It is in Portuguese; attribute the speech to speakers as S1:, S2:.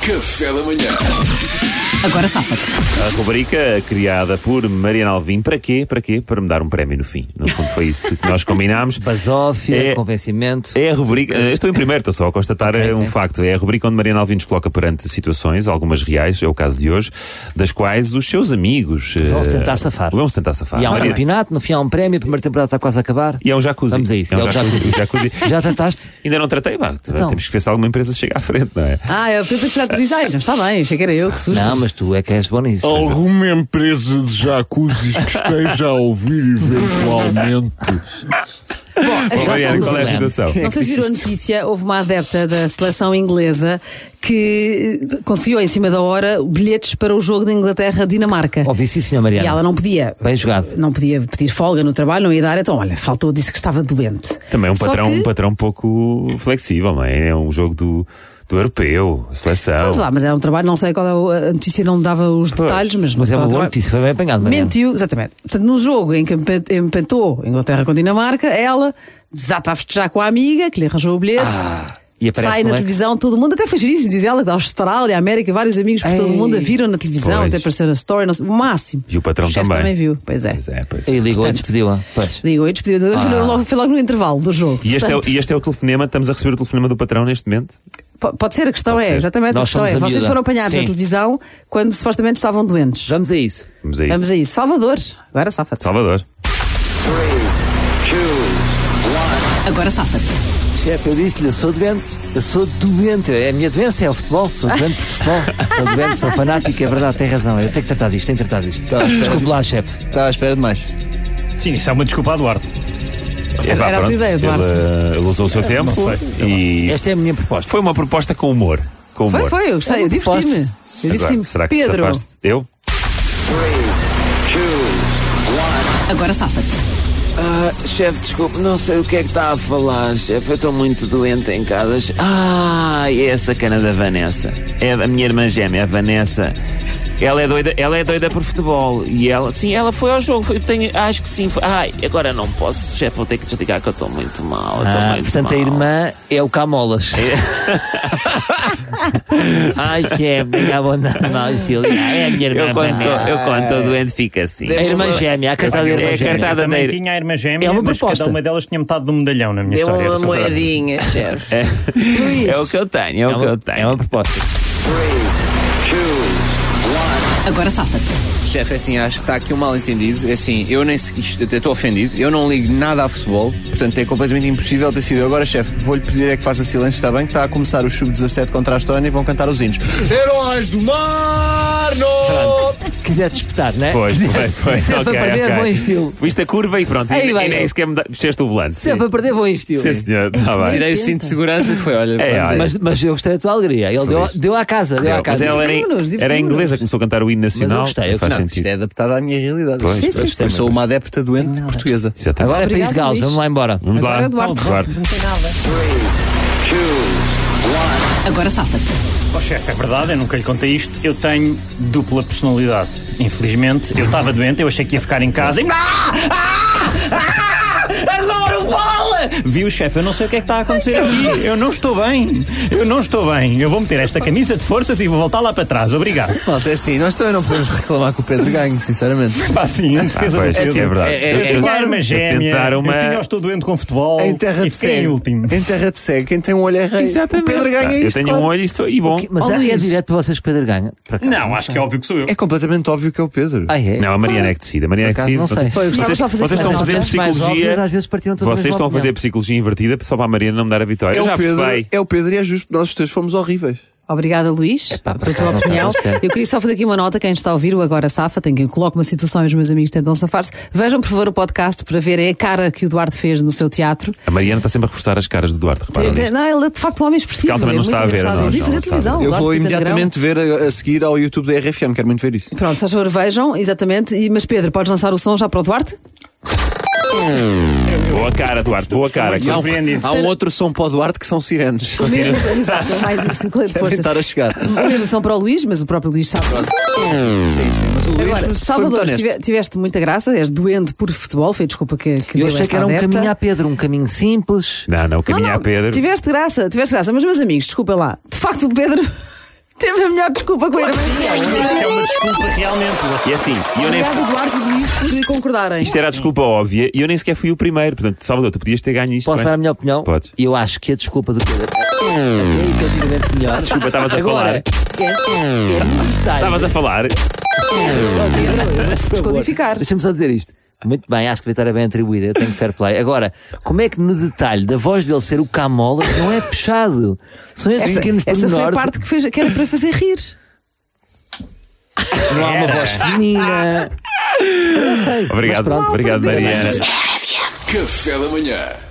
S1: Café da manhã.
S2: Agora safa-te.
S3: A rubrica criada por Mariana Alvim, para quê? Para quê? Para me dar um prémio no fim. No fundo foi isso que nós combinámos.
S4: Basófia,
S3: É-
S4: convencimento.
S3: É a rubrica. Eu estou em primeiro, estou só a constatar eh, um
S4: ok.
S3: facto. É a rubrica onde Mariana Alvim nos coloca perante situações, algumas reais, é o caso de hoje, das quais os seus amigos. eh,
S4: Vão-se tentar safar.
S3: Vão-se tentar safar.
S4: E há um
S3: Mariana-
S4: campeonato, no fim há um prémio, a primeira temporada está quase a acabar.
S3: e é um jacuzzi.
S4: Vamos a isso,
S3: É um
S4: é o
S3: jacuzzi. jacuzzi.
S4: Já trataste?
S3: Ainda não tratei, bah,
S4: Então.
S3: temos que ver se alguma empresa chega à frente, não é?
S2: Ah, eu fui para te dizer, então está bem, achei que era eu que susto.
S4: Não, mas tu é que és bom nisso.
S5: Alguma empresa de jacuzzis que esteja a ouvir eventualmente.
S2: A
S3: Bom,
S2: situação
S3: Mariana,
S2: do
S3: qual é a
S2: Zidane.
S3: situação?
S2: Não sei se viram a notícia, houve uma adepta da seleção inglesa que eh, conseguiu em cima da hora bilhetes para o jogo da Inglaterra-Dinamarca.
S4: Ouvi sim, senhor
S2: E
S4: Mariana.
S2: ela não podia.
S4: Bem jogado.
S2: Não podia pedir folga no trabalho, não ia dar, então olha, faltou, disse que estava doente.
S3: Também é um
S2: Só
S3: patrão,
S2: que-
S3: um patrão pouco flexível, não é? É um jogo do, do europeu, a seleção.
S2: Vamos lá, mas era um trabalho, não sei qual é o- a notícia, não me dava os detalhes, mas,
S4: Mas é uma
S2: era
S4: boa
S2: um trabalho-
S4: notícia, foi bem apanhado,
S3: é.
S4: Mariana.
S2: Mentiu, exatamente. Portanto, no jogo em que empa- empatou Inglaterra com Dinamarca, ela desata a festejar com a amiga, que lhe arranjou o bilhete.
S3: Ah.
S4: e aparece,
S2: Sai na
S3: um
S4: não é?
S2: televisão, todo mundo, até foi giríssimo, diz ela, da Austrália, América, vários amigos por todo o
S4: Ei.
S2: mundo a viram na televisão,
S3: Pois.
S2: até apareceu na story, não sei, o máximo.
S3: E o patrão
S2: chefe
S3: também.
S2: também viu, pois é.
S3: Pois é, pois é.
S4: E ligou e
S2: Portanto-
S4: despediu-a. Pois.
S2: Ligou e despediu, foi, logo, foi logo no intervalo do jogo.
S3: E este, é, o-
S2: Portanto,
S3: e este é o telefonema, estamos a receber o telefonema do patrão neste momento?
S2: po- Pode ser, a questão
S3: Pode
S2: é,
S3: ser.
S2: exatamente,
S4: Nós
S2: a questão
S4: somos
S2: é.
S4: a
S2: Vocês
S4: miúda.
S2: foram apanhados na
S4: Sim.
S2: televisão quando supostamente estavam doentes.
S4: Vamos a isso.
S3: Vamos a isso.
S2: Vamos a isso. Salvador, agora safa-te.
S3: Salvador.
S2: Agora safa-te.
S4: Chefe, eu disse-lhe, eu sou doente. Eu sou doente. A minha doença é o futebol. Sou doente de futebol. Sou doente, sou fanático. É verdade, tem razão. Eu tenho que tratar disto, tenho que tratar disto. Desculpe lá, chefe.
S6: Estava à espera demais.
S7: Sim, isso é uma desculpa, Eduardo. É,
S3: É, vá,
S2: Era a tua
S3: pronto.
S2: ideia, Eduardo.
S3: Ele, ele usou o seu tempo e
S4: Esta é a minha proposta.
S3: foi uma proposta com humor. Com humor.
S2: Foi, foi, eu gostei, eu
S4: uma proposta.
S2: diverti-me. Eu
S3: Agora,
S2: diverti-me.
S3: será que
S2: Pedro,
S3: safaste? Eu?
S2: agora safa-te.
S8: Ah, chefe, desculpe, não sei o que é que está a falar, chefe. Eu estou muito doente em casa. Ah, é essa cana da Vanessa. É a minha irmã gêmea, a Vanessa. Ela é doida, ela é doida por futebol. E ela, sim, ela foi ao jogo. Foi, tenho- acho que sim. Foi, ai, agora não posso, chefe. Vou ter que desligar que eu estou muito mal. eu estou
S4: Ah,
S8: muito
S4: portanto, a
S8: mal.
S4: irmã é o Camolas. Ai, chefe, não acabou nada mal, Silvia. É a minha irmã.
S8: Eu quando estou- eu quando estou doente, fica assim.
S4: A irmã gêmea, a cartada da irmã
S8: É
S4: gêmea.
S8: cartada
S7: Também
S8: neira.
S7: tinha a irmã gêmea,
S4: É uma
S7: mas
S4: proposta.
S7: cada uma delas tinha metade do medalhão na minha
S6: Deu
S7: história. assim.
S6: uma moedinha, chefe.
S8: É o que eu tenho, é, o que eu tenho.
S4: É uma proposta.
S2: Agora safa-te.
S6: Chefe, é assim, acho que está aqui um mal-entendido. É assim, eu nem sei- isto- eu estou ofendido, eu não ligo nada a futebol, portanto é completamente impossível ter sido eu. Agora, chefe, vou-lhe pedir é que faça silêncio, está bem? Que está a começar o sub-17 contra a Estónia e vão cantar os hinos. Heróis do Mar! No!
S4: Quiser disputar, não é?
S3: Pois, foi, foi.
S4: Sempre
S3: Ok,
S4: a perder,
S3: ok.
S4: bom estilo.
S3: Viste a curva e pronto.
S4: Aí
S3: e,
S4: vai,
S3: e nem
S4: eu.
S3: sequer me mexeste o volante.
S4: Sempre a perder bom estilo.
S3: Sim, senhor. Tá bem.
S6: Tirei o cinto de segurança e foi, olha,
S3: É,
S6: vamos a
S3: olha.
S6: isso.
S4: Mas, mas eu gostei da tua alegria. Ele deu,
S3: Feliz.
S4: deu à casa, deu, à
S3: Mas
S4: casa.
S3: ela era,
S2: Divertimos-nos,
S3: era
S2: divertimos-nos.
S3: inglesa, começou a cantar o hino nacional.
S4: Mas eu gostei, eu
S3: faz
S6: Não, isto
S3: sentido.
S6: é adaptado à minha realidade.
S3: Pois,
S2: Sim, pois, sim,
S6: Eu
S2: sim.
S6: sou uma adepta doente portuguesa.
S3: Exatamente.
S4: Agora é
S2: Obrigado,
S4: País de Gales,
S2: Luís.
S4: vamos lá embora.
S3: Vamos lá.
S2: Agora Eduardo. Agora safa-te.
S7: Oh, chefe, é verdade, eu nunca lhe contei isto. Eu tenho dupla personalidade. Infelizmente, eu estava doente, eu achei que ia ficar em casa e. Ah! Ah! Ah! Adoro bola! Viu, chefe? Eu não sei o que é que está a acontecer aqui. Eu não estou bem. Eu não estou bem. Eu vou meter esta camisa de forças e vou voltar lá para trás. Obrigado.
S6: Malta, é assim, nós também não podemos reclamar que o Pedro ganhe, sinceramente.
S7: Pá, sim, em
S3: Ah, pois,
S7: defesa do Pedro.
S3: é verdade.
S6: É- é-
S3: Eu-
S6: é
S7: Eu
S3: eu-
S7: tinha
S6: claro,
S7: arma
S3: eu
S7: gêmea.
S3: tentar
S7: Eu
S3: uma-
S7: tinha eu estou doente com futebol.
S6: Em terra
S7: e
S6: de
S7: fiquei em
S6: cego.
S7: é último.
S6: Em terra de cego, quem tem um olho é rei.
S3: Exatamente.
S6: O Pedro ganha
S3: Eu
S6: isto.
S3: tenho
S6: claro.
S3: um olho e sou e bom.
S4: Mas
S6: Oh,
S4: é- é
S6: Luís.
S4: direto para vocês que Pedro ganha. Por acaso.
S7: Não, acho que é óbvio que sou eu.
S6: É completamente óbvio que é o Pedro.
S4: Ah, é?
S3: Não, a Mariana é que decide. A Mariana é que
S4: Por
S3: decide.
S4: acaso, não sei.
S2: Pois,
S3: Vocês,
S2: estava só a fazer
S3: vocês estão
S2: confusão.
S3: fazendo
S4: As mais óbvias,
S3: psicologia.
S4: às vezes, partiram todas da
S3: Vocês
S4: mesma
S3: estão a fazer
S4: opinião.
S3: psicologia invertida só para a Mariana não me dar a vitória.
S6: É
S3: Eu já
S6: o, Pedro,
S3: percebi.
S6: é o Pedro e é justo, nós os três fomos horríveis.
S2: Obrigada, Luís,
S4: por
S2: pela tua
S4: acaso não estava
S2: opinião.
S4: à espera.
S2: Eu queria só fazer aqui uma nota. Quem está a ouvir o Agora Safa, tem quem coloque uma situação e os meus amigos tentam safar-se. Vejam, por favor, o podcast para verem a cara que o Eduardo fez no seu teatro.
S3: A Mariana está sempre a reforçar as caras do Duarte, reparam nisto.
S2: Não, ele é de facto um homem expressivo.
S3: Porque ela também
S2: é
S3: não
S2: muito
S3: está a ver,
S2: engraçado.
S3: não,
S2: Eu devia
S3: não,
S2: fazer
S3: não está a ver.
S2: televisão.
S6: eu
S2: Eduardo
S6: vou
S2: Pita de Grão.
S6: imediatamente ver a, a seguir ao YouTube da RFM, quero muito ver isso.
S2: Pronto, só favor, vejam, exatamente. E- Mas Pedro, podes lançar o som já para o Duarte?
S3: Boa cara, Duarte, boa cara.
S7: Estou
S6: Há um,
S7: surpreendido.
S6: há um outro som para o Duarte que são sirenes.
S2: Mesmo, exato, é mais isso, de
S6: Devem
S2: forças.
S6: estar a chegar.
S2: O mesmo são para o Luís, mas o próprio Luís sabe.
S6: Sim, sim, mas o Luís foi
S2: Agora,
S6: muito
S2: Salvador,
S6: honesto.
S2: tive- tiveste muita graça, és doente por futebol, foi a desculpa que, que deu
S4: Eu achei
S2: esta
S4: que era um
S2: adepta.
S4: caminho a Pedro, um caminho simples.
S3: Não, não, o caminho
S2: Não,
S3: a
S2: não,
S3: Pedro.
S2: Tiveste graça, tiveste graça, mas meus amigos, desculpem lá. De facto, o Pedro Teve a melhor desculpa com a
S7: É uma desculpa realmente.
S3: é
S8: E assim, e eu nem
S2: Obrigado, Eduardo e Luís, por concordarem.
S3: Isto era a desculpa óbvia e eu nem sequer fui o primeiro. Portanto, Salvador, tu podias ter ganho isto.
S4: Posso
S3: mas-
S4: dar a minha opinião?
S3: Podes.
S4: Eu acho que a desculpa do Pedro é efetivamente melhor.
S3: Desculpa, estavas a
S4: Agora,
S3: falar.
S4: é, é militar.
S3: Estavas a falar.
S2: Descodificar.
S4: é. Deixa-me só dizer isto. Muito bem, acho que a vitória é bem atribuída, eu tenho fair play. Agora, como é que no detalhe da voz dele ser o Camola não é puxado? São esses
S2: Essa,
S4: pequenos
S2: essa foi a
S4: pormenores.
S2: parte que, fez, que era para fazer rir.
S4: Não há uma voz feminina. Eu não sei. mas
S3: Obrigado,
S4: pronto,
S3: obrigado,
S4: tudo bem.
S3: Mariana.
S1: Café da Manhã